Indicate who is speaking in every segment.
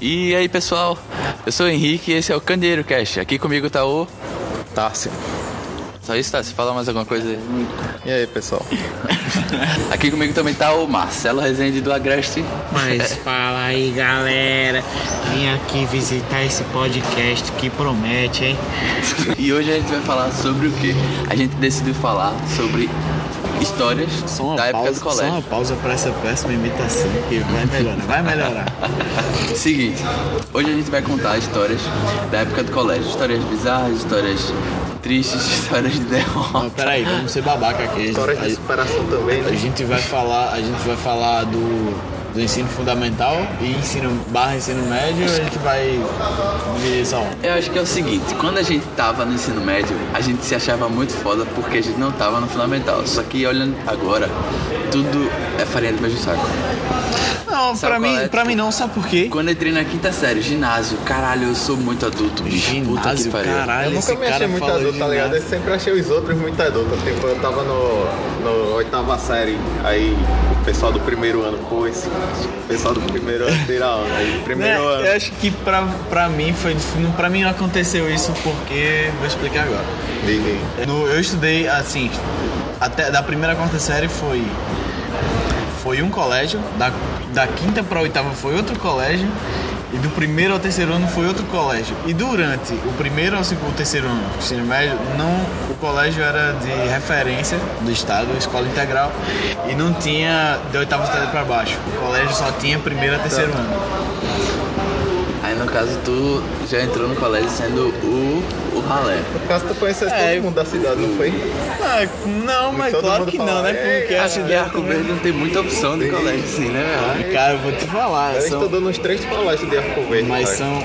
Speaker 1: E aí, pessoal? Eu sou o Henrique e esse é o Candeeiro Cash. Aqui comigo tá o...
Speaker 2: Tarsi.
Speaker 1: Só isso, tá? Se fala mais alguma coisa aí.
Speaker 2: E aí, pessoal?
Speaker 1: Aqui comigo também tá o Marcelo Rezende do Agreste.
Speaker 3: Mas fala aí, galera. Vim aqui visitar esse podcast que promete, hein?
Speaker 1: E hoje a gente vai falar sobre o quê? A gente decidiu falar sobre histórias
Speaker 3: Só uma,
Speaker 1: da época
Speaker 3: pausa,
Speaker 1: do
Speaker 3: só
Speaker 1: colégio.
Speaker 3: uma pausa pra essa péssima imitação que vai melhorar, vai melhorar.
Speaker 1: Seguinte, hoje a gente vai contar histórias da época do colégio. Histórias bizarras, histórias tristes, histórias de derrota.
Speaker 3: Não, peraí, vamos ser babaca aqui.
Speaker 2: História de
Speaker 3: A,
Speaker 2: superação também,
Speaker 3: a
Speaker 2: né?
Speaker 3: gente vai falar, a gente vai falar do, do ensino fundamental e ensino barra ensino médio, a gente vai dividir só um.
Speaker 1: Eu acho que é o seguinte, quando a gente tava no ensino médio, a gente se achava muito foda porque a gente não tava no fundamental. Só que olhando agora, tudo é farinha do mesmo saco.
Speaker 3: Não,
Speaker 1: Sabe
Speaker 3: pra
Speaker 1: qual
Speaker 3: mim,
Speaker 1: é?
Speaker 3: pra mim não, sabe por quê?
Speaker 1: Quando eu entrei na quinta série, ginásio, caralho, eu sou muito adulto, bicho. Puta que
Speaker 3: Ginásio,
Speaker 1: pariu.
Speaker 3: caralho,
Speaker 2: Eu nunca
Speaker 3: esse
Speaker 2: me
Speaker 3: cara
Speaker 2: achei muito
Speaker 3: falou
Speaker 2: adulto, tá ligado? Eu
Speaker 3: ginásio.
Speaker 2: sempre achei os outros muito adultos. Tipo, eu tava no, no oitava série, aí o pessoal do primeiro ano, pô, esse o pessoal do primeiro ano tira onda. Aí,
Speaker 3: Né,
Speaker 2: primeiro ano.
Speaker 3: Eu acho que pra, pra mim foi. não- Pra mim não aconteceu isso porque. Vou explicar agora.
Speaker 2: Ninguém.
Speaker 3: No- eu estudei, assim, até da primeira à quarta série foi. Foi um colégio, da, da quinta pra oitava foi outro colégio, e do primeiro ao terceiro ano foi outro colégio. E durante o primeiro ao segundo, terceiro ano do ensino médio, não, o colégio era de referência do estado, escola integral, e não tinha de oitava série pra baixo. O colégio só tinha primeiro a terceiro ano.
Speaker 1: Aí no caso, tu já entrou no colégio sendo o, o ralé.
Speaker 2: No caso, tu conhecesse
Speaker 3: É,
Speaker 2: todo mundo da cidade, não foi?
Speaker 3: Ah, não, mas
Speaker 2: Todo
Speaker 3: claro
Speaker 2: mundo
Speaker 3: que
Speaker 2: fala,
Speaker 3: não, né?
Speaker 2: "Ei,
Speaker 3: Porque a
Speaker 1: Acho que
Speaker 3: cidade
Speaker 1: Arco Verde não tem muita opção de colégio, assim, né, meu?
Speaker 3: também- Cara, eu vou te falar.
Speaker 2: Eu
Speaker 3: São,
Speaker 2: estudou nos três colégios de Arco Verde.
Speaker 3: mas
Speaker 2: cara.
Speaker 3: são.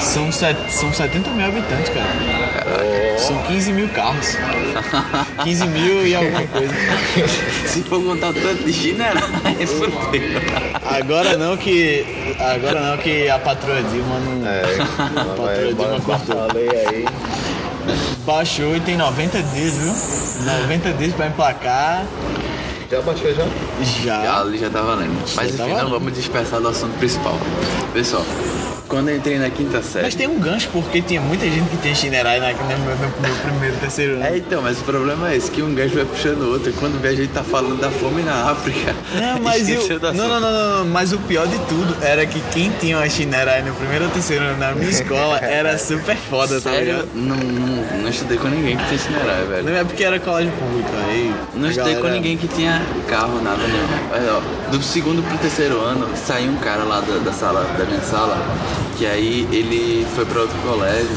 Speaker 3: São, set, são 70 mil habitantes, cara. São 15 mil carros. 15 mil e alguma coisa. É.
Speaker 1: Se for contar o tanto de generais, fodeu.
Speaker 3: Agora não que. Agora não que a patroa Dilma não.
Speaker 2: É,
Speaker 3: a
Speaker 2: vai-
Speaker 3: patroa Dilma
Speaker 2: vai-
Speaker 3: cortou.
Speaker 2: vai- lei aí.
Speaker 3: Baixou e tem 90 dias, viu? 90 dias pra emplacar.
Speaker 2: Já baixou já?
Speaker 3: Já.
Speaker 1: Ali já tá valendo. Mas
Speaker 3: Já tá
Speaker 1: enfim, não
Speaker 3: valendo.
Speaker 1: vamos dispersar do assunto principal. Pessoal, quando eu entrei na quinta série.
Speaker 3: Mas tem um gancho, porque tinha muita gente que tinha Shinerai na, né, no meu, no meu primeiro, terceiro ano.
Speaker 1: É, então, mas o problema é esse, que um gajo vai puxando o outro. e Quando vê, a gente tá falando da fome na África.
Speaker 3: Não, mas eu,
Speaker 1: Esqueceu do
Speaker 3: não,
Speaker 1: assunto.
Speaker 3: não, não, não, não, mas o pior de tudo era que quem tinha uma chinerai no primeiro ou terceiro ano na minha escola era super foda, tá
Speaker 1: Sério,
Speaker 3: ligado?
Speaker 1: não, não, não estudei com ninguém que tinha itinerário, velho.
Speaker 3: Não é porque era colégio público, aí.
Speaker 1: Não
Speaker 3: a
Speaker 1: estudei com
Speaker 3: galera-
Speaker 1: ninguém que tinha carro, nada nenhum. Mas, ó, do segundo pro terceiro ano, saiu um cara lá da, da sala, da minha sala, que aí ele foi pra outro colégio.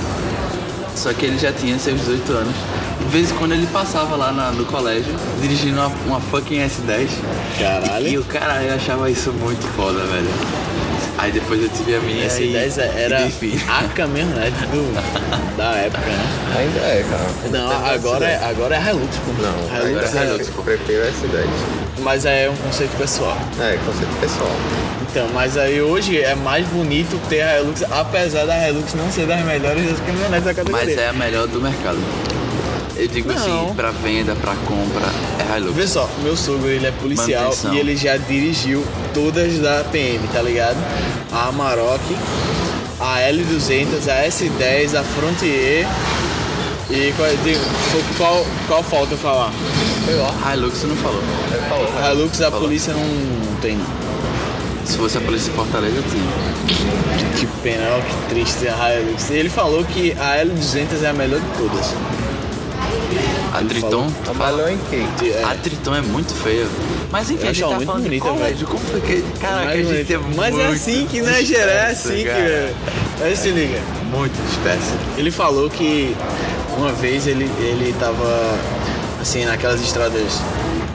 Speaker 1: Só que ele já tinha seus 18 anos. E de vez em quando ele passava lá na- no colégio, dirigindo uma, uma fucking S10.
Speaker 3: Caralho.
Speaker 1: E, e o cara eu achava isso muito foda, velvelho. Aí depois eu tive a minha.
Speaker 3: Essa
Speaker 1: e-
Speaker 3: ideia é, era
Speaker 1: e, Enfim.
Speaker 3: a caminhonete do, da época, né?
Speaker 2: Ainda é, cara.
Speaker 3: Não, agora é, agora é Hilux, pô.
Speaker 2: Não, agora
Speaker 3: Hilux,
Speaker 1: é
Speaker 3: é-
Speaker 1: Hilux.
Speaker 2: eu prefiro a S10.
Speaker 3: mas é um conceito pessoal.
Speaker 2: É, conceito pessoal.
Speaker 3: Então, mas aí hoje é mais bonito ter a Hilux, apesar da Hilux não ser das melhores das caminhonetes da categoria.
Speaker 1: Mas é a melhor do mercado. Eu digo assim,
Speaker 3: Não.
Speaker 1: pra venda, pra compra, é Hilux.
Speaker 3: Vê só, meu sogro ele é policial
Speaker 1: Manutenção.
Speaker 3: e ele já dirigiu todas da PM, tá ligado? A Amarok, a L200, a S10, a Frontier e qual, de- qual, qual falta eu falar?
Speaker 1: Hilux você não falou.
Speaker 2: É
Speaker 3: A Hilux a
Speaker 1: Falou.
Speaker 3: polícia não, não tem.
Speaker 1: Se fosse a polícia de Fortaleza, assim, tinha.
Speaker 3: Que pena, ó, que triste a Hilux. Ele falou que a L200 é a melhor de todas.
Speaker 1: A Triton, tu fala.
Speaker 2: Trabalhou em quê?
Speaker 3: De- é,
Speaker 1: A Triton é muito feia. Mas enfim,
Speaker 3: Eu
Speaker 1: a gente
Speaker 3: acho
Speaker 1: tá
Speaker 3: ela muito
Speaker 1: falando de
Speaker 3: bonita,
Speaker 1: colégio. Como foi que. Caraca, a gente é muito.
Speaker 3: mas é assim que na geral é
Speaker 1: disperso,
Speaker 3: assim que.
Speaker 1: cara.
Speaker 3: Aí se liga.
Speaker 1: Muito espécie.
Speaker 3: Ele falou que uma vez ele, ele tava assim naquelas estradas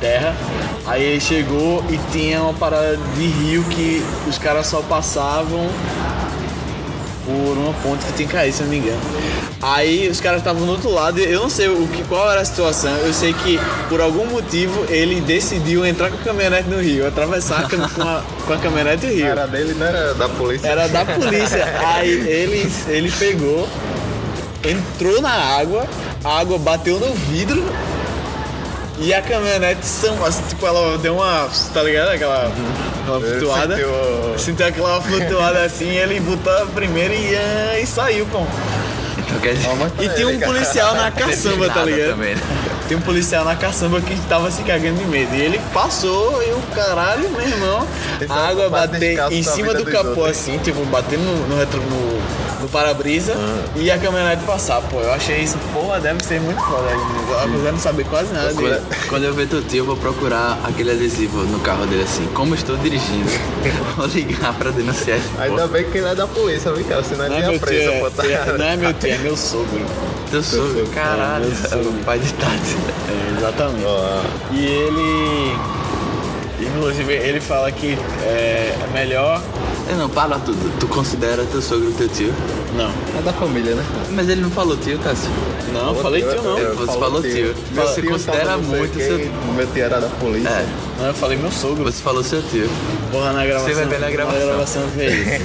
Speaker 3: terra, aí ele chegou e tinha uma parada de rio que os caras só passavam por uma ponte que tem que cair, se eu não me engano. Aí os caras estavam do outro lado, eu não sei o que, qual era a situação, eu sei que por algum motivo ele decidiu entrar com a caminhonete no rio, atravessar a cam- com a, com a caminhonete do
Speaker 2: Não
Speaker 3: rio.
Speaker 2: era dele, não era da polícia.
Speaker 3: Era da polícia. Aí ele, ele pegou, entrou na água, a água bateu no vidro E a caminhonete samba, assim, tipo, ela deu uma. Tá ligado? Aquela. aquela flutuada.
Speaker 2: sentiu-
Speaker 3: Sentiu aquela flutuada assim, ele botou a primeira e, ah, e saiu, pô.
Speaker 1: Então quer dizer.
Speaker 2: Calma.
Speaker 3: E tinha um
Speaker 2: Legal.
Speaker 3: policial na caçamba, tá
Speaker 1: Nada
Speaker 3: ligado?
Speaker 1: também, né?
Speaker 3: Tem um policial na caçamba que tava se cagando de medo. E ele passou e o caralho, meu irmão.
Speaker 2: Esse é
Speaker 3: A
Speaker 2: o
Speaker 3: água
Speaker 2: culpado
Speaker 3: bater
Speaker 2: desse caso
Speaker 3: em
Speaker 2: da
Speaker 3: cima
Speaker 2: vida
Speaker 3: do
Speaker 2: dos
Speaker 3: capô,
Speaker 2: outros.
Speaker 3: assim, tipo, batendo no, no retro- no- no para-brisa
Speaker 2: Ah.
Speaker 3: e a caminhonete passar. Pô, eu achei isso, porra, deve ser muito foda. Apesar de não saber quase nada dele.
Speaker 1: Quando, quando eu ver teu tio, eu vou procurar aquele adesivo no carro dele assim. Como estou dirigindo? vou ligar pra denunciar esse
Speaker 2: Ainda bem que ele é da polícia, viu, cara? Senão
Speaker 3: Não
Speaker 2: ele
Speaker 3: é,
Speaker 2: ia
Speaker 3: meu tio,
Speaker 2: preso, pô. tá?
Speaker 3: é, não é meu tio, é meu sogro.
Speaker 1: Teu sogro, caralho.
Speaker 3: meu sogro.
Speaker 1: é o pai de Tati.
Speaker 3: É, exatamente.
Speaker 2: Ó,
Speaker 3: E ele. Inclusive, ele fala que é é melhor.
Speaker 1: Eu não, para tudo. Tu considera teu sogro teu tio?
Speaker 3: Não.
Speaker 2: É da família, né?
Speaker 1: Mas ele não falou tio, Cássio.
Speaker 3: Não, falei tio não.
Speaker 1: é, você falou tio.
Speaker 2: Meu
Speaker 1: Você considera
Speaker 2: tava não sei
Speaker 1: muito
Speaker 2: quem, Meu tio era da polícia.
Speaker 1: É,
Speaker 3: Não, eu falei meu sogro.
Speaker 1: você falou seu tio.
Speaker 3: Porra, na é gravação.
Speaker 1: Você vai ver na gravação.
Speaker 3: fez.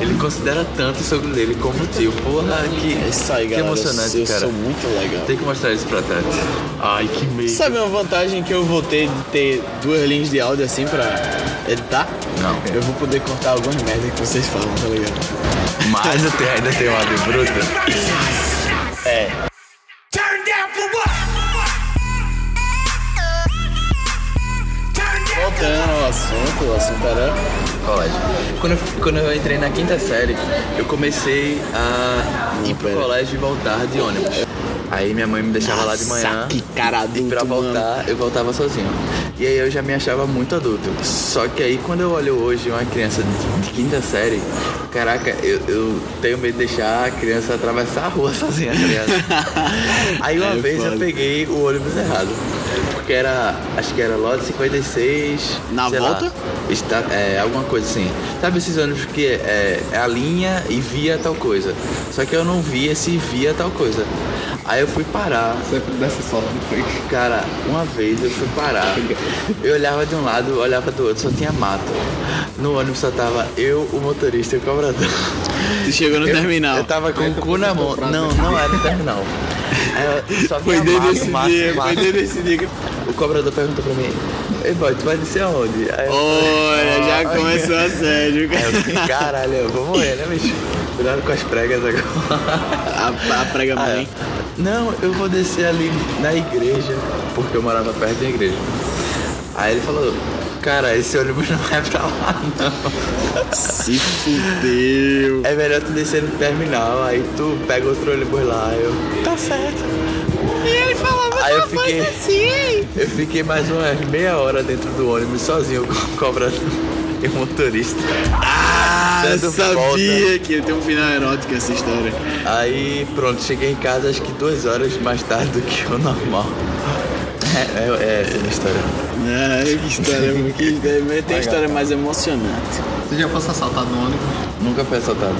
Speaker 1: Ele considera tanto o sogro dele como tio. Porra, que,
Speaker 3: É isso aí,
Speaker 1: que
Speaker 3: galera.
Speaker 1: emocionante,
Speaker 3: eu
Speaker 1: cara.
Speaker 3: sou muito legal.
Speaker 1: Tem que mostrar isso pra Tati. Ai, que medo.
Speaker 3: Sabe uma vantagem que eu vou ter de ter duas linhas de áudio assim pra editar?
Speaker 1: Não.
Speaker 3: Eu vou poder cortar algumas merdas que vocês falam, tá ligado?
Speaker 1: Mas eu tenho, ainda tenho um uma de bruta.
Speaker 3: É.
Speaker 4: Turn down for what? Turn down.
Speaker 3: Voltando ao assunto, o assunto era.
Speaker 1: Colégio. é? Quando eu, quando eu entrei na quinta série, eu comecei a ir pro
Speaker 3: pera.
Speaker 1: colégio e voltar de ônibus. Aí minha mãe me deixava lá de manhã.
Speaker 3: Nossa, que cara
Speaker 1: E
Speaker 3: adulto,
Speaker 1: pra voltar, eu voltava sozinho. E aí eu já me achava muito adulto. Só que aí quando eu olho hoje uma criança de, de quinta série, caraca, eu, eu tenho medo de deixar a criança atravessar a rua sozinha, tá ligado? aí uma
Speaker 3: É
Speaker 1: vez eu
Speaker 3: foda.
Speaker 1: peguei o ônibus errado. Porque era, acho que era lote 56.
Speaker 3: Na
Speaker 1: sei lá,
Speaker 3: volta?
Speaker 1: está, é, alguma coisa assim. Sabe esses ônibus que é, é a linha e via tal coisa? Só que eu não via esse via tal coisa. Aí eu fui parar
Speaker 2: Sempre dessa sorte do freak.
Speaker 1: Cara, uma vez eu fui parar. Eu olhava de um lado, olhava do outro, só tinha mato. No ônibus só tava eu, o motorista e o cobrador.
Speaker 3: Tu chegou no terminal.
Speaker 1: Eu tava com o cu na mão. Não, não era no terminal. Aí eu só
Speaker 3: Foi
Speaker 1: tinha
Speaker 3: desde
Speaker 1: mato,
Speaker 3: esse
Speaker 1: mato,
Speaker 3: dia, foi
Speaker 1: mato.
Speaker 3: desde esse dia que.
Speaker 1: O cobrador perguntou pra mim, Ei boy, tu vai descer aonde? Aí eu
Speaker 3: Oh. Olha, já
Speaker 1: Olha.
Speaker 3: começou a
Speaker 1: Aí
Speaker 3: sério,
Speaker 1: É, eu
Speaker 3: cara.
Speaker 1: fiquei, caralho, eu vou morrer, né, bicho? Cuidado com as pregas agora.
Speaker 3: A, a prega
Speaker 1: Ah, é.
Speaker 3: mãe.
Speaker 1: Não, eu vou descer ali na igreja, porque eu morava perto da igreja. Aí ele falou, cara, esse ônibus não é pra lá não.
Speaker 3: Se fudeu.
Speaker 1: É melhor tu descer no terminal, aí tu pega outro ônibus lá, aí eu. Tá certo.
Speaker 5: E ele falava,
Speaker 1: Aí eu
Speaker 5: "Sua voz
Speaker 1: fiquei-
Speaker 5: assim.
Speaker 1: Eu fiquei mais uma meia hora dentro do ônibus sozinho com o cobrador e o motorista.
Speaker 3: Ah, eu
Speaker 1: Dando
Speaker 3: sabia
Speaker 1: volta.
Speaker 3: que ia ter um final erótico essa história.
Speaker 1: Aí pronto, cheguei em casa acho que duas horas mais tarde do que o normal. É, é, é essa a minha história.
Speaker 3: Ah, que história, que história. Mas Tem história mais emocionante.
Speaker 2: Você já fosse assaltado no ônibus?
Speaker 1: Nunca fui assaltado.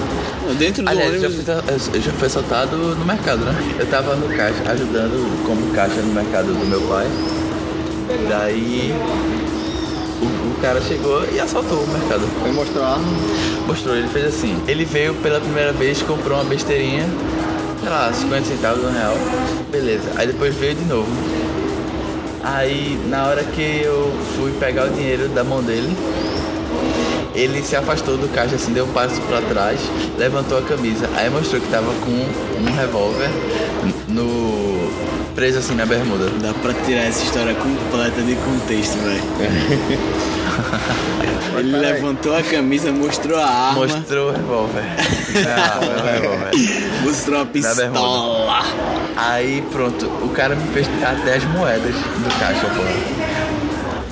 Speaker 3: Dentro do
Speaker 1: Aliás, já
Speaker 3: ônibus.
Speaker 1: fui, eu já fui assaltado no mercado, né? Eu tava no caixa, ajudando como caixa no mercado do meu pai. Daí o, o cara chegou e assaltou o mercado.
Speaker 2: Foi mostrar a arma.
Speaker 1: Mostrou, ele fez assim. Ele veio pela primeira vez, comprou uma besteirinha, sei lá, 50 centavos, um real. Beleza. Aí depois veio de novo. Aí na hora que eu fui pegar o dinheiro da mão dele, ele se afastou do caixa assim, deu um passo pra trás, levantou a camisa, aí mostrou que tava com um revólver no. preso assim na bermuda.
Speaker 3: Dá pra tirar essa história completa de contexto, velho. Ele
Speaker 2: Mas peraí.
Speaker 3: levantou a camisa, mostrou a arma, mostrou,
Speaker 1: Mostrou o revólver. Ah, o revólver.
Speaker 3: a
Speaker 1: é né?
Speaker 3: pistola.
Speaker 1: Aí pronto, o cara me fez tirar 10 moedas do caixa, pô.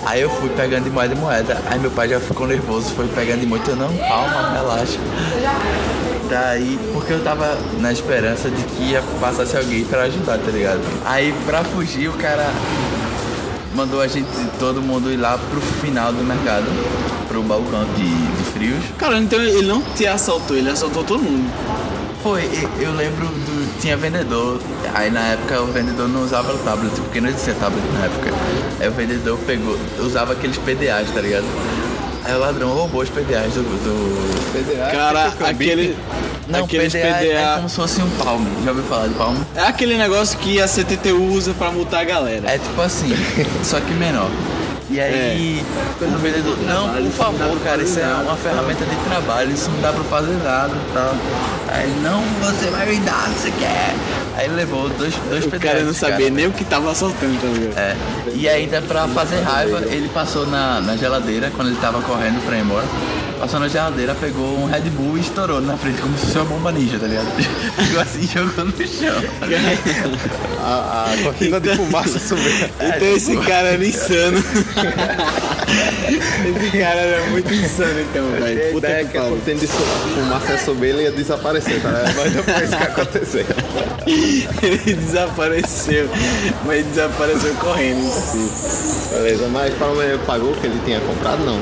Speaker 1: Aí eu fui pegando de moeda em moeda, aí meu pai já ficou nervoso, foi pegando de muito, eu não, calma, relaxa. Daí, porque eu tava na esperança de que ia passasse alguém pra ajudar, tá ligado? Aí pra fugir o cara mandou a gente, todo mundo ir lá pro final do mercado, pro balcão de, de frios.
Speaker 3: Cara, então ele não te assaltou, ele assaltou todo mundo.
Speaker 1: Foi, e- eu lembro do. Tinha vendedor, aí na época o vendedor não usava o tablet, porque não existia tablet na época. Aí o vendedor pegou, usava aqueles PDAs, tá ligado? Aí o ladrão roubou os PDAs do. do-
Speaker 2: PDA.
Speaker 3: Cara,
Speaker 2: Fica bem-
Speaker 3: aquele.
Speaker 1: Não,
Speaker 3: aqueles
Speaker 1: PDA, é
Speaker 3: PDA.
Speaker 1: como se fosse um palmo. Já ouviu falar de palmo?
Speaker 3: É aquele negócio que a CTTU usa pra multar a galera.
Speaker 1: É tipo assim, só que menor. E
Speaker 3: É.
Speaker 1: aí, o vendedor, não, por favor, cara, isso é uma ferramenta de trabalho, isso não dá pra fazer nada e tal. Aí, ele, não, você vai me dar, você quer. é." Aí ele levou dois, dois
Speaker 3: o cara não
Speaker 1: pedaços, cara.
Speaker 3: sabia nem o que tava assaltando, tá ligado?
Speaker 1: É. E ainda pra fazer raiva, ele passou na, na geladeira, quando ele tava correndo pra ir embora. Passou na geladeira, pegou um Red Bull e estourou na frente, como se fosse uma bomba ninja, tá ligado? Ficou assim, jogou no chão.
Speaker 2: A, a cortina de fumaça subiu.
Speaker 3: Então esse cara era insano. esse cara era muito insano, então,
Speaker 2: E a
Speaker 3: velho. Puta que
Speaker 2: ideia é que a
Speaker 3: pariu.
Speaker 2: cortina de su- fumaça ia subir, ele ia desaparecer, tá? ligado? Mas não foi isso que aconteceu.
Speaker 3: Ele desapareceu, mas desapareceu correndo.
Speaker 2: Beleza, mas pelo menos ele pagou o que ele tinha comprado, não.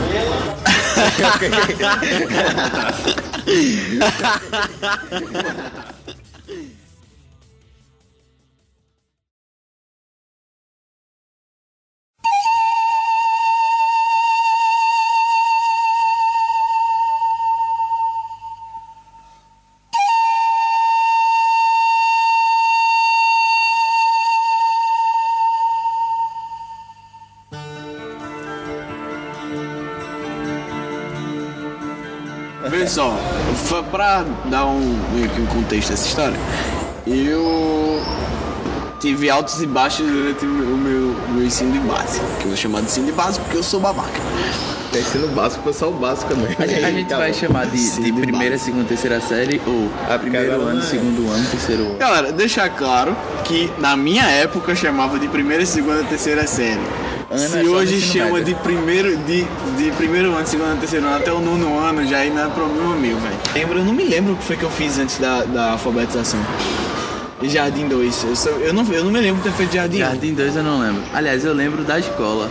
Speaker 3: Vê só, fa- pra dar um, meio que um contexto dessa história, eu tive altos e baixos durante o meu, o meu ensino de base, que eu vou chamar de ensino de base porque eu sou babaca.
Speaker 2: Tem ensino básico, foi só o básico mesmo.
Speaker 1: A gente, a gente vai chamar de, de primeira, segunda, terceira série ou
Speaker 2: Ah, porque
Speaker 1: primeiro
Speaker 2: agora
Speaker 1: ano,
Speaker 2: não é.
Speaker 1: segundo ano, terceiro ano.
Speaker 3: Galera, deixar claro que na minha época eu chamava de primeira, segunda, terceira série.
Speaker 1: Ana é
Speaker 3: Se
Speaker 1: só do
Speaker 3: hoje
Speaker 1: ensino
Speaker 3: chama
Speaker 1: médio.
Speaker 3: de primeiro, de, de primeiro ano, segundo ano, terceiro ano, até o nono ano, já aí não é problema meu, velho. Lembro, eu não me lembro o que foi que eu fiz antes da, da alfabetização. Jardim 2. Eu, sou- eu, não, eu não me lembro de ter feito Jardim 1.
Speaker 1: Jardim 2 eu não lembro. Aliás, eu lembro da escola.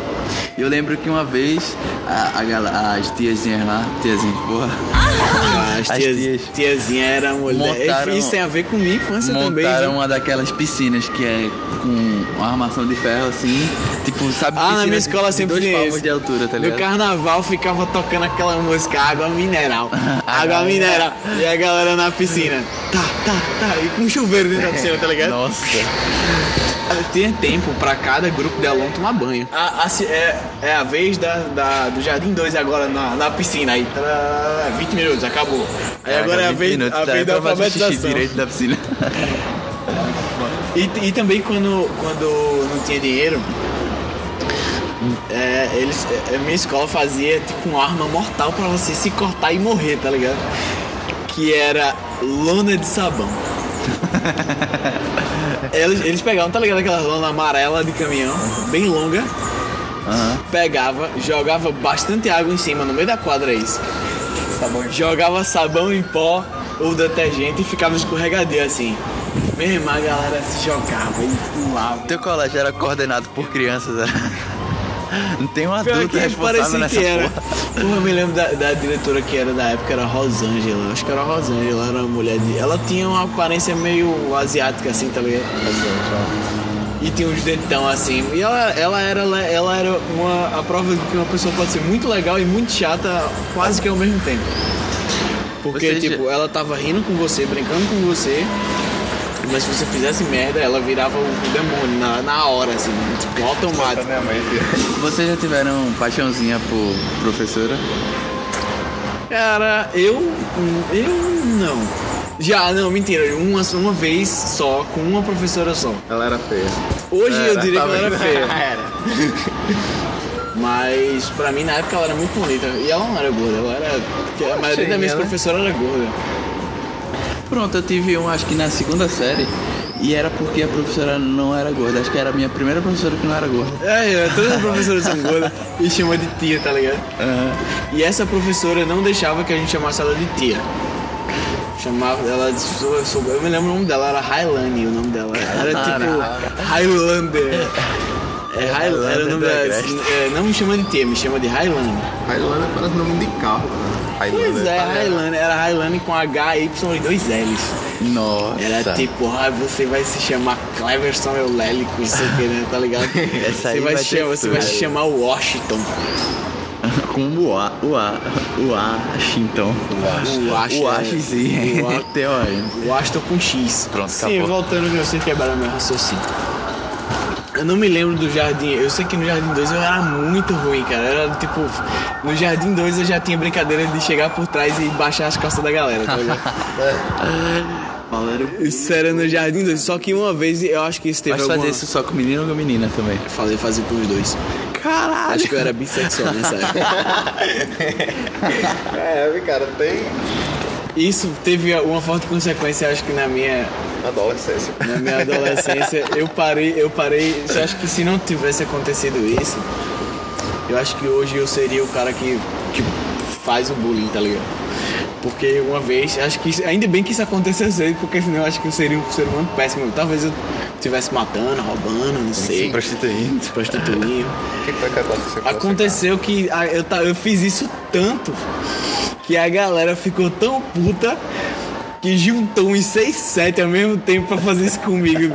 Speaker 1: Eu lembro que uma vez a, a, gala- as tiazinhas lá, tiazinhas, porra,
Speaker 3: Ah, As
Speaker 1: As
Speaker 3: tias,
Speaker 1: tias.
Speaker 3: tiazinha era mulher.
Speaker 1: Montaram-
Speaker 3: Isso tem a ver com minha infância também. né?
Speaker 1: montaram
Speaker 3: viu?
Speaker 1: uma daquelas piscinas que é com uma armação de ferro assim, tipo, sabe,
Speaker 3: Ah, na
Speaker 1: piscina
Speaker 3: minha
Speaker 1: de-
Speaker 3: escola
Speaker 1: de
Speaker 3: sempre
Speaker 1: dois
Speaker 3: tinha
Speaker 1: palmos
Speaker 3: isso.
Speaker 1: de altura, tá ligado?
Speaker 3: No carnaval ficava tocando aquela música Água Mineral. água Mineral. E a galera na piscina. Tá, tá, tá. E com chuveiro dentro da piscina, tá ligado?
Speaker 1: Nossa.
Speaker 3: Tinha tempo pra cada grupo de aluno tomar banho. A- a se- é, é a vez da, da- do Jardim 2 agora na, na piscina. Aí, tarará, 20 minutos, acabou. Aí agora é a
Speaker 1: 20
Speaker 3: vez,
Speaker 1: minutos,
Speaker 3: a
Speaker 1: tá?
Speaker 3: vez da
Speaker 1: Pra fazer o xixi
Speaker 3: alfabetização.
Speaker 1: direito da piscina.
Speaker 3: E, e também quando, quando não tinha dinheiro, é, eles, é, a minha escola fazia tipo uma arma mortal pra você se cortar e morrer, tá ligado? Que era lona de sabão. eles, eles pegavam, tá ligado? Aquela lona amarela de caminhão, bem longa,
Speaker 1: Aham.
Speaker 3: pegava, jogava bastante água em cima, no meio da quadra é isso. Jogava sabão em pó ou detergente e ficava escorregadio assim. Meu irmão, a galera se jogava e pulava.
Speaker 1: Teu colégio era coordenado por crianças, era? Não tem um
Speaker 3: Pior
Speaker 1: adulto
Speaker 3: que
Speaker 1: responsável
Speaker 3: parecia
Speaker 1: nessa
Speaker 3: que era.
Speaker 1: porra.
Speaker 3: Pô, eu me lembro da, da diretora que era da época, era Rosângela. Acho que era Rosângela, era uma mulher de. Ela tinha uma aparência meio asiática, assim, tá ligado? E tinha uns dentão assim. E ela, ela era, le- ela era uma, a prova de que uma pessoa pode ser muito legal e muito chata quase que ao mesmo tempo. Porque,
Speaker 1: Ou seja-
Speaker 3: tipo, ela tava rindo com você, brincando com você. Mas se você fizesse merda, ela virava o demônio na, na hora, assim, tipo, automático.
Speaker 1: Vocês já tiveram paixãozinha por professora?
Speaker 3: Cara, eu. Eu não. Já, não, mentira. Uma, uma vez só, com uma professora só.
Speaker 2: Ela era feia.
Speaker 3: Hoje eu
Speaker 2: Era,
Speaker 3: diria
Speaker 2: tá
Speaker 3: que ela era
Speaker 2: vendo?
Speaker 3: feia. Mas pra mim na época ela era muito bonita. E ela não era gorda, ela era. porque A maioria das minhas
Speaker 2: né?
Speaker 3: professoras era gorda.
Speaker 1: Pronto, eu tive um, acho que na segunda série. E era porque a professora não era gorda. Acho que era a minha primeira professora que não era gorda.
Speaker 3: É, é, todas as professoras são gordas e chama de tia, tá ligado? E essa professora não deixava que a gente chamasse ela de tia. Chamava ela de. sou- sou- Eu me lembro o nome dela, era Hailane o nome dela. Era tipo. Highlander. É, Highlander, era o nome
Speaker 1: do
Speaker 3: dela.
Speaker 1: Agreste.
Speaker 3: É, não me chama de tia, me chama de Highlander.
Speaker 2: Highlander parece nome de carro. Highlander.
Speaker 3: Pois é,
Speaker 2: Tá ligado?
Speaker 3: Highlander. Era Highlander com H, Y e dois L's.
Speaker 1: Nossa.
Speaker 3: Era tipo, ah, você vai se chamar Cleverson Eulélico, não sei o que, né? Tá ligado?
Speaker 1: Essa
Speaker 3: você
Speaker 1: aí
Speaker 3: vai,
Speaker 1: vai
Speaker 3: se
Speaker 1: ter
Speaker 3: chamar, você vai se
Speaker 1: tudo.
Speaker 3: chamar Washington.
Speaker 1: com o A, o A, o Washington. O
Speaker 3: O Washington.
Speaker 1: é
Speaker 2: É,
Speaker 1: Washington.
Speaker 3: O Wa-
Speaker 1: Até olha.
Speaker 3: Washington tá com X.
Speaker 1: Pronto,
Speaker 3: Sim,
Speaker 1: acabou.
Speaker 3: voltando que você quebraram meu raciocínio. Eu não me lembro do Jardim. Eu sei que no Jardim 2 eu era muito ruim, cara. Eu era tipo. No Jardim 2 eu já tinha brincadeira de chegar por trás e baixar as calças da galera, tá ligado? Isso era no Jardim 2. Só que uma vez eu acho que isso teve
Speaker 1: Mas
Speaker 3: alguma...
Speaker 1: fazer isso só com menino ou com menina também?
Speaker 3: Falei fazer com os dois.
Speaker 1: Caralho!
Speaker 3: Acho que eu era bissexual nessa época.
Speaker 2: É, cara, tem
Speaker 3: Isso teve uma forte consequência, acho que na minha
Speaker 2: adolescência.
Speaker 3: na minha adolescência, eu parei, eu parei. Eu acho que se não tivesse acontecido isso, eu acho que hoje eu seria o cara que, que faz o bullying, tá ligado? Porque uma vez, acho que isso- ainda bem que isso aconteceu cedo, porque senão eu acho que eu seria um ser humano péssimo. Talvez eu estivesse matando, roubando, não sei,
Speaker 1: prostituindo.
Speaker 3: se prostituindo.
Speaker 2: O que foi que aconteceu? com você,
Speaker 3: Aconteceu que a- eu, ta- eu fiz isso tanto que a galera ficou tão puta que juntou uns 6, 7 ao mesmo tempo pra fazer isso comigo.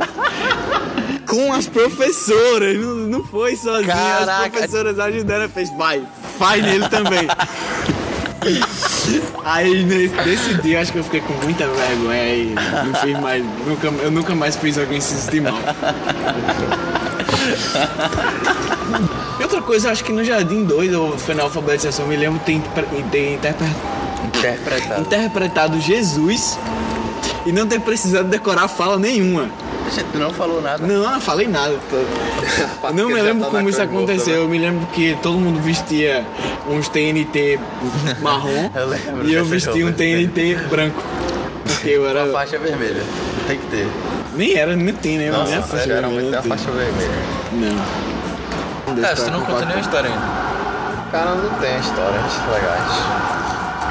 Speaker 3: Com as professoras, não, não foi sozinha. As
Speaker 1: Caraca.
Speaker 3: professoras ajudaram e fez, vai, vai nele também. Aí nesse, nesse dia eu acho que eu fiquei com muita vergonha e não fiz mais, nunca, eu nunca mais fiz alguém se sentir mal. E outra coisa, eu acho que no Jardim 2, ou foi na alfabetização, eu me lembro, tem, tem interpre-
Speaker 1: Interpretado.
Speaker 3: interpretado Jesus e não ter precisado decorar fala nenhuma.
Speaker 1: Tu não falou nada.
Speaker 3: Não, eu não falei nada. Não
Speaker 2: cara?
Speaker 3: me
Speaker 2: Porque já
Speaker 3: lembro
Speaker 2: tá
Speaker 3: como
Speaker 2: na
Speaker 3: isso
Speaker 2: cor de boca,
Speaker 3: aconteceu. Eu me lembro que todo mundo vestia uns TNT marrom
Speaker 1: Eu lembro
Speaker 3: e eu
Speaker 1: dessas
Speaker 3: vestia um
Speaker 1: roupas.
Speaker 3: TNT branco. Porque eu
Speaker 1: A
Speaker 3: era.
Speaker 1: faixa vermelha.
Speaker 2: Tem que ter.
Speaker 3: Nem era, nem tem, né?
Speaker 2: Nossa,
Speaker 3: Nem a
Speaker 2: sério,
Speaker 3: faixa
Speaker 2: geralmente tem
Speaker 3: vermelha,
Speaker 2: a faixa vermelha.
Speaker 3: Não. É, tá
Speaker 1: Cara, você Tá, não conta
Speaker 3: Quatro-
Speaker 1: nenhuma história ainda.
Speaker 2: Cara, não tem histórias legais.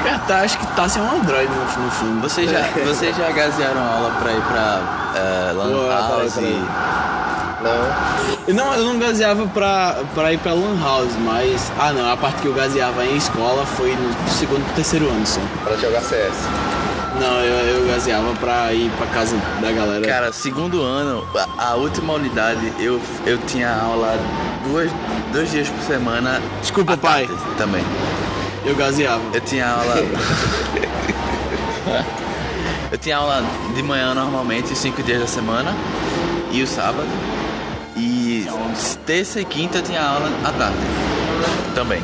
Speaker 3: Cara, tá, acho que tá sem um Android no, no fundo.
Speaker 1: Vocês já, vocês já gasearam aula pra ir pra é,
Speaker 3: Boa,
Speaker 1: Lan House
Speaker 3: tá, tá.
Speaker 1: e...
Speaker 2: Não.
Speaker 3: Eu não, eu não gaseava pra, pra ir pra Lan House, mas. Ah, não, a parte que eu gaseava em escola foi no segundo pro terceiro ano só.
Speaker 2: Pra jogar CS.
Speaker 3: Não, eu, eu gaseava pra ir pra casa da galera.
Speaker 1: Cara, segundo ano, a, a última unidade, eu, eu tinha aula duas, dois dias por semana.
Speaker 3: Desculpa,
Speaker 1: à
Speaker 3: pai.
Speaker 1: tarde Também.
Speaker 3: eu gaseava.
Speaker 1: Eu tinha aula. eu tinha aula de manhã normalmente, cinco dias da semana. E o sábado. E terça e quinta eu tinha aula à tarde. Também.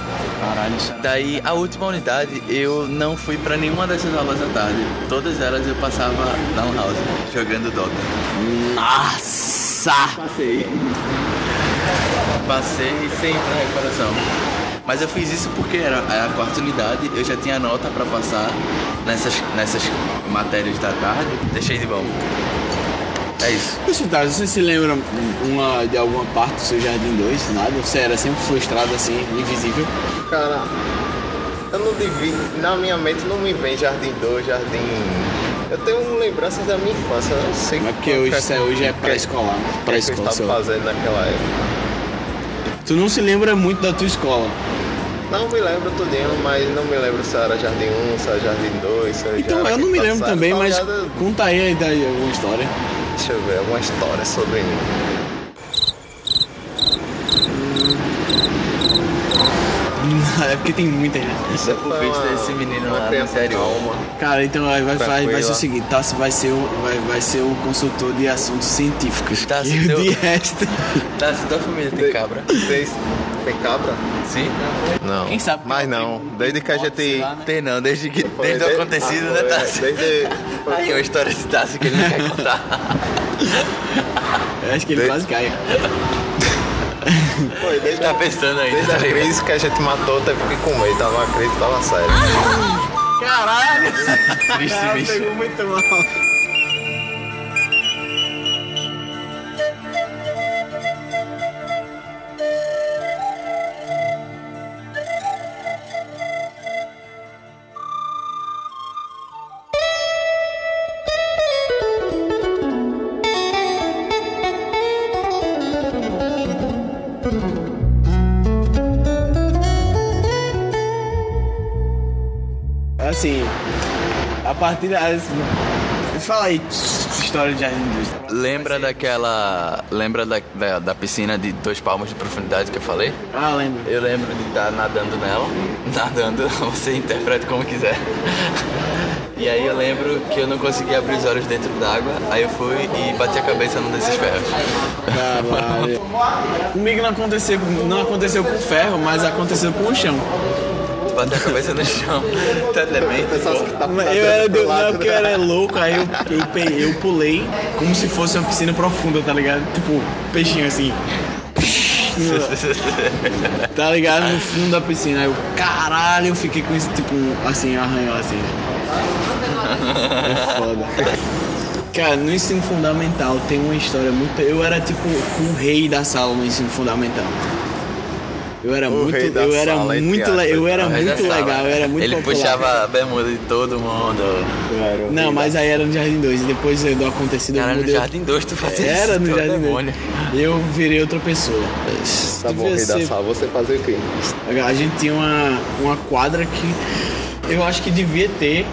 Speaker 1: Daí a última unidade eu não fui pra nenhuma dessas aulas à tarde. Todas elas eu passava na lan house, jogando Dota.
Speaker 3: Nossa!
Speaker 1: Passei. Passei sem ir pra recuperação. Mas eu fiz isso porque era a quarta unidade, eu já tinha nota pra passar nessas, nessas matérias da tarde. Deixei de bom. É isso.
Speaker 3: Deixa eu tá, você se lembra uma, de alguma parte do seu Jardim 2? Nada? Você era sempre frustrado assim, invisível?
Speaker 2: Cara, eu não divido. Na minha mente não me vem Jardim 2, Jardim. um. Eu tenho lembranças da minha infância, eu não sei
Speaker 3: Mas porque
Speaker 2: qual
Speaker 3: hoje,
Speaker 2: que
Speaker 3: isso é, hoje é
Speaker 2: que-
Speaker 3: pré-escolar.
Speaker 2: que é que eu
Speaker 3: Pré-escola.
Speaker 2: estava
Speaker 3: sei lá.
Speaker 2: fazendo naquela época.
Speaker 3: Tu não se lembra muito da tua escola.
Speaker 2: Não me lembro tudinho, mas não me lembro se era Jardim 1, se era Jardim 2, se era
Speaker 3: Então
Speaker 2: Jardim
Speaker 3: eu não me lembro
Speaker 2: passado.
Speaker 3: também,
Speaker 2: Tá
Speaker 3: mas
Speaker 2: ligado?
Speaker 3: conta aí, aí daí alguma história.
Speaker 2: Deixa eu ver, alguma história sobre mim.
Speaker 3: é porque tem muita gente.
Speaker 2: Você
Speaker 1: O vídeo desse menino lá no interior.
Speaker 3: Cara, então vai, vai, vai, vai ser o
Speaker 2: Tranquila.
Speaker 3: seguinte, Tassi vai ser o, vai, vai ser o consultor de assuntos científicos.
Speaker 1: Tassi,
Speaker 3: e o
Speaker 1: teu-
Speaker 3: de resto.
Speaker 1: Tá, se tua família tem cabra?
Speaker 2: Tem, tem cabra?
Speaker 1: Sim?
Speaker 2: Não.
Speaker 3: Quem sabe
Speaker 1: é
Speaker 3: que
Speaker 2: Mas
Speaker 3: ela
Speaker 2: não,
Speaker 1: tipo
Speaker 3: tem um-
Speaker 2: desde
Speaker 3: um
Speaker 2: que a
Speaker 3: pote, sei
Speaker 2: gente.
Speaker 3: lá, né?
Speaker 1: Tem não, desde que desde o
Speaker 2: Foi,
Speaker 1: acontecido,
Speaker 2: ah,
Speaker 1: né,
Speaker 2: foi,
Speaker 1: Tassi?
Speaker 2: Desde.
Speaker 1: Aí é uma história de Tassi que ele não quer contar.
Speaker 3: Eu acho que ele
Speaker 2: De-
Speaker 3: quase cai.
Speaker 2: Foi,
Speaker 1: Ele
Speaker 2: desde
Speaker 1: tá pensando ainda,
Speaker 2: Desde
Speaker 1: tá
Speaker 2: a
Speaker 1: ligado?
Speaker 2: crise que a gente matou, teve que comer. Tava uma crise, tava sério.
Speaker 3: Caralho!
Speaker 1: Triste, bicho.
Speaker 3: Pegou muito mal. Assim, a partir da. fala aí. História de Jardim de Indústria.
Speaker 1: Lembra daquela. Lembra da, da, da piscina de dois palmos de profundidade que eu falei?
Speaker 3: Ah, lembro.
Speaker 1: Eu lembro de estar nadando nela. Nadando, você interpreta como quiser. E aí eu lembro que eu não conseguia abrir os olhos dentro d'água, aí eu fui e bati a cabeça num desses ferros.
Speaker 3: Caralho. Comigo não aconteceu, não aconteceu com ferro, mas aconteceu com o chão.
Speaker 1: Bati a cabeça no chão. Tá também?
Speaker 2: Pessoal que tá
Speaker 3: Eu era, do- não,
Speaker 2: né?
Speaker 3: porque eu era louco, aí eu, eu, pe- eu pulei como se fosse uma piscina profunda, tá ligado? Tipo, peixinho assim. Tá ligado? No fundo da piscina. Aí eu, caralho, eu fiquei com esse tipo, assim, arranhão assim. É foda. Cara, no ensino fundamental tem uma história muito. Eu era tipo um rei da sala no ensino fundamental. Eu era muito,
Speaker 2: rei da
Speaker 3: eu era
Speaker 2: sala, entre
Speaker 3: muito, le- eu
Speaker 2: aspas.
Speaker 3: era
Speaker 1: Ao redor
Speaker 3: muito
Speaker 1: da sala.
Speaker 3: legal, eu era muito
Speaker 1: Ele
Speaker 3: popular.
Speaker 1: puxava a bermuda de todo mundo.
Speaker 3: Não, mas aí era no Jardim 2. Depois do acontecido
Speaker 1: Cara,
Speaker 3: eu
Speaker 1: no
Speaker 3: mudei.
Speaker 1: Jardim 2 tu fazia isso.
Speaker 3: Era no
Speaker 1: tu é um
Speaker 3: Jardim
Speaker 1: demônio.
Speaker 3: 2. Eu virei outra pessoa.
Speaker 2: Tá bom,
Speaker 3: Devia
Speaker 2: rei da
Speaker 3: ser-
Speaker 2: sala, você fazer o quê?
Speaker 3: A gente tinha uma, uma quadra que eu acho que devia ter.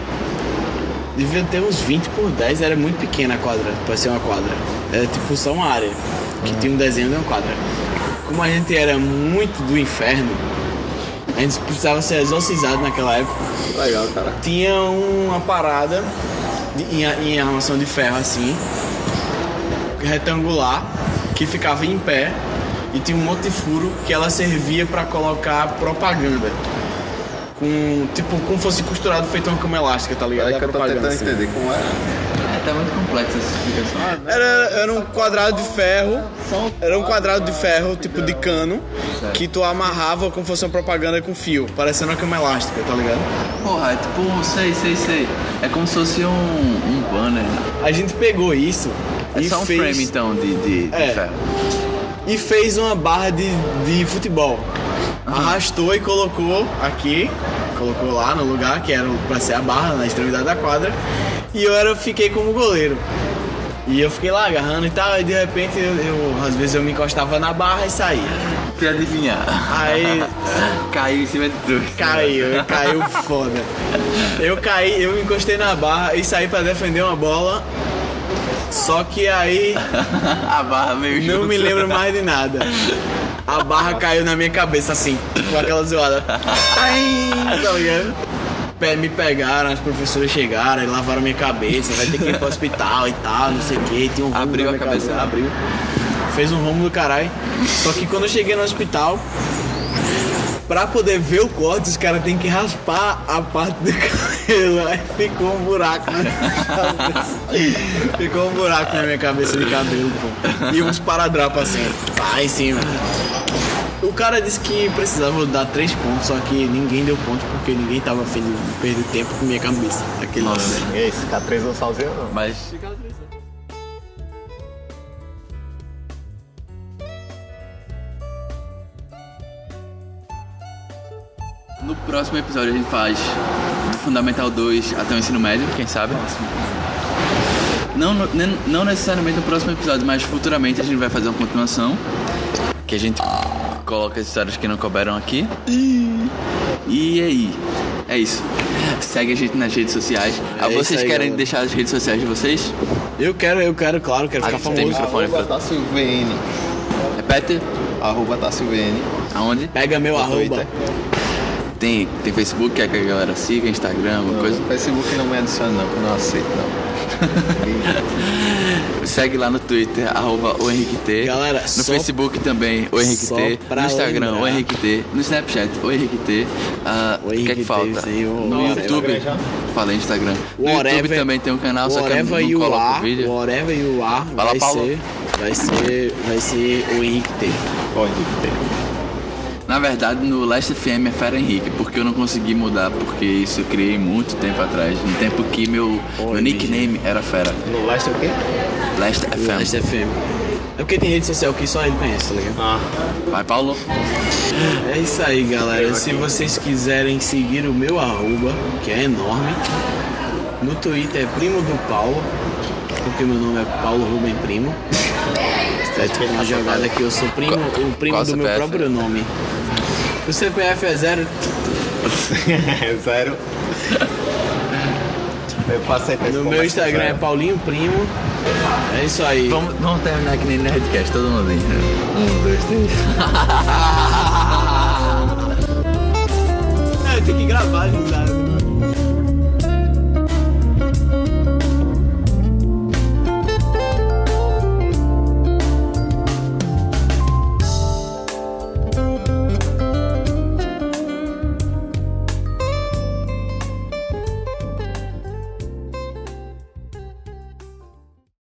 Speaker 3: Devia ter uns 20 por 10, era muito pequena a quadra, pra ser uma quadra. Era tipo só uma área, que
Speaker 2: Uhum.
Speaker 3: tinha um desenho de uma quadra. Como a gente era muito do inferno, a gente precisava ser exorcizado naquela época.
Speaker 2: Legal, cara.
Speaker 3: tinha uma parada de- em, a- em armação de ferro assim, retangular, que ficava em pé e tinha um monte de furo que ela servia para colocar propaganda. Com, tipo, como fosse costurado feito uma cama elástica, tá ligado? Da
Speaker 2: Peraí É que eu tô
Speaker 3: propaganda,
Speaker 2: tentando
Speaker 3: assim.
Speaker 2: entender como é.
Speaker 1: É, tá muito complexa essa explicação.
Speaker 3: Era, era um quadrado de ferro. Era um quadrado de ferro, tipo de cano, que tu amarrava como fosse uma propaganda com fio, parecendo uma cama elástica, tá ligado?
Speaker 1: Porra, é tipo, sei, sei, sei. É como se fosse um, um banner.
Speaker 3: A gente pegou isso.
Speaker 1: É
Speaker 3: e
Speaker 1: só um
Speaker 3: fez...
Speaker 1: frame então de, de, de
Speaker 3: É.
Speaker 1: ferro.
Speaker 3: e fez uma barra de, de futebol. Arrastou e colocou aqui, colocou lá no lugar que era pra ser a barra, na extremidade da quadra. E eu era, fiquei como goleiro. E eu fiquei lá agarrando e tal, e de repente eu, eu- às vezes eu me encostava na barra e saía.
Speaker 1: Se adivinhar.
Speaker 3: Aí
Speaker 1: Caiu em cima de tudo.
Speaker 3: caiu, caiu foda. Eu caí, eu me encostei na barra e saí pra defender uma bola. Só que aí
Speaker 1: A barra meio
Speaker 3: Não
Speaker 1: junto.
Speaker 3: me lembro mais de nada. A barra caiu na minha cabeça assim, com aquela zoada. Ai, tá ligado? Pe- Me pegaram, as professoras chegaram e lavaram minha cabeça. Vai ter que ir pro hospital e tal, não sei o que. Tem um rombo
Speaker 1: Abriu
Speaker 3: na
Speaker 1: a
Speaker 3: minha
Speaker 1: cabeça,
Speaker 3: abriu. Fez um rombo do caralho. Só que quando eu cheguei no hospital, pra poder ver o corte, os caras têm que raspar a parte do cabelo. Aí ficou um buraco na minha cabeça. Ficou um buraco na minha cabeça de cabelo, pô. E uns paradrapos assim, pá, em cima. O cara disse que precisava dar três pontos, só que ninguém deu ponto porque ninguém tava afim de perder tempo com minha cabeça. Aquele
Speaker 1: Nossa.
Speaker 2: E aí, cicatrizou sozinho ou não?
Speaker 1: Mas no próximo episódio a gente faz do Fundamental 2 até o ensino médio, quem sabe? Não, no- nem- não necessariamente no próximo episódio, mas futuramente a gente vai fazer uma continuação. Que a gente coloca as histórias que não couberam aqui. E aí? É isso. Segue a gente nas redes sociais.
Speaker 3: É
Speaker 1: Ah,
Speaker 3: isso
Speaker 1: vocês
Speaker 3: aí,
Speaker 1: querem
Speaker 3: galera.
Speaker 1: deixar as redes sociais de vocês?
Speaker 3: Eu quero, eu quero, claro, quero
Speaker 1: Ah,
Speaker 3: ficar
Speaker 1: você tem
Speaker 2: é
Speaker 3: famoso.
Speaker 1: microfone pra...
Speaker 2: Arroba Tássio VN.
Speaker 1: Repete?
Speaker 2: Arroba Tássio VN.
Speaker 1: Aonde?
Speaker 3: Pega meu arroba.
Speaker 2: Twitter.
Speaker 1: Tem, tem Facebook, quer que a galera siga, Instagram, alguma coisa.
Speaker 2: Não, Facebook não me adiciona não, que eu não aceito não.
Speaker 1: Segue lá no Twitter, arroba o Henrique T.
Speaker 3: Galera,
Speaker 1: no
Speaker 3: só-
Speaker 1: Facebook também, o Henrique
Speaker 3: só
Speaker 1: T.
Speaker 3: pra
Speaker 1: No Instagram, o
Speaker 3: lembrar.
Speaker 1: Henrique T. No Snapchat, o Henrique T. Ah,
Speaker 3: O
Speaker 1: o que é
Speaker 3: Henrique
Speaker 1: que
Speaker 3: T,
Speaker 1: falta?
Speaker 3: isso aí, o-
Speaker 1: no
Speaker 3: o
Speaker 1: YouTube,
Speaker 2: Instagram já?
Speaker 1: falei Instagram.
Speaker 3: O
Speaker 1: no YouTube
Speaker 3: Whatever-
Speaker 1: também tem um canal, só que eu
Speaker 3: Whatever
Speaker 1: não
Speaker 3: e o
Speaker 1: coloco
Speaker 3: A,
Speaker 1: vídeo.
Speaker 3: Whatever e o A
Speaker 1: Vai lá,
Speaker 3: vai
Speaker 1: Paulo. É
Speaker 3: ser, vai ser, vai ser o Henrique T.
Speaker 2: Pode ter.
Speaker 1: Na verdade, no Last FM é Fera Henrique, porque eu não consegui mudar, porque isso eu criei muito tempo atrás, no tempo que meu, meu
Speaker 3: Oi,
Speaker 1: nickname era Fera.
Speaker 2: No last é o quê?
Speaker 1: Last FM.
Speaker 3: Last FM. É porque tem rede social que só ele conhece, tá ligado?
Speaker 2: Ah,
Speaker 1: Vai, Paulo.
Speaker 3: É isso aí, galera. Se vocês quiserem seguir o meu arroba, que é enorme, no Twitter é primo do Paulo, porque meu nome é Paulo Rubem Primo. É tipo uma jogada que eu sou primo,
Speaker 1: Qual-
Speaker 3: o primo
Speaker 1: qual
Speaker 3: do meu
Speaker 1: CPF?
Speaker 3: próprio nome. O CPF é zero.
Speaker 2: zero. Eu passei pra
Speaker 3: No
Speaker 2: escola,
Speaker 3: meu
Speaker 2: mas
Speaker 3: Instagram é
Speaker 2: fizeram.
Speaker 3: Paulinho Primo. É isso aí.
Speaker 1: Vamos, vamos terminar que nem Nerdcast, todo mundo hein? Um, dois, três.
Speaker 3: É, tem que gravar, não dá, né?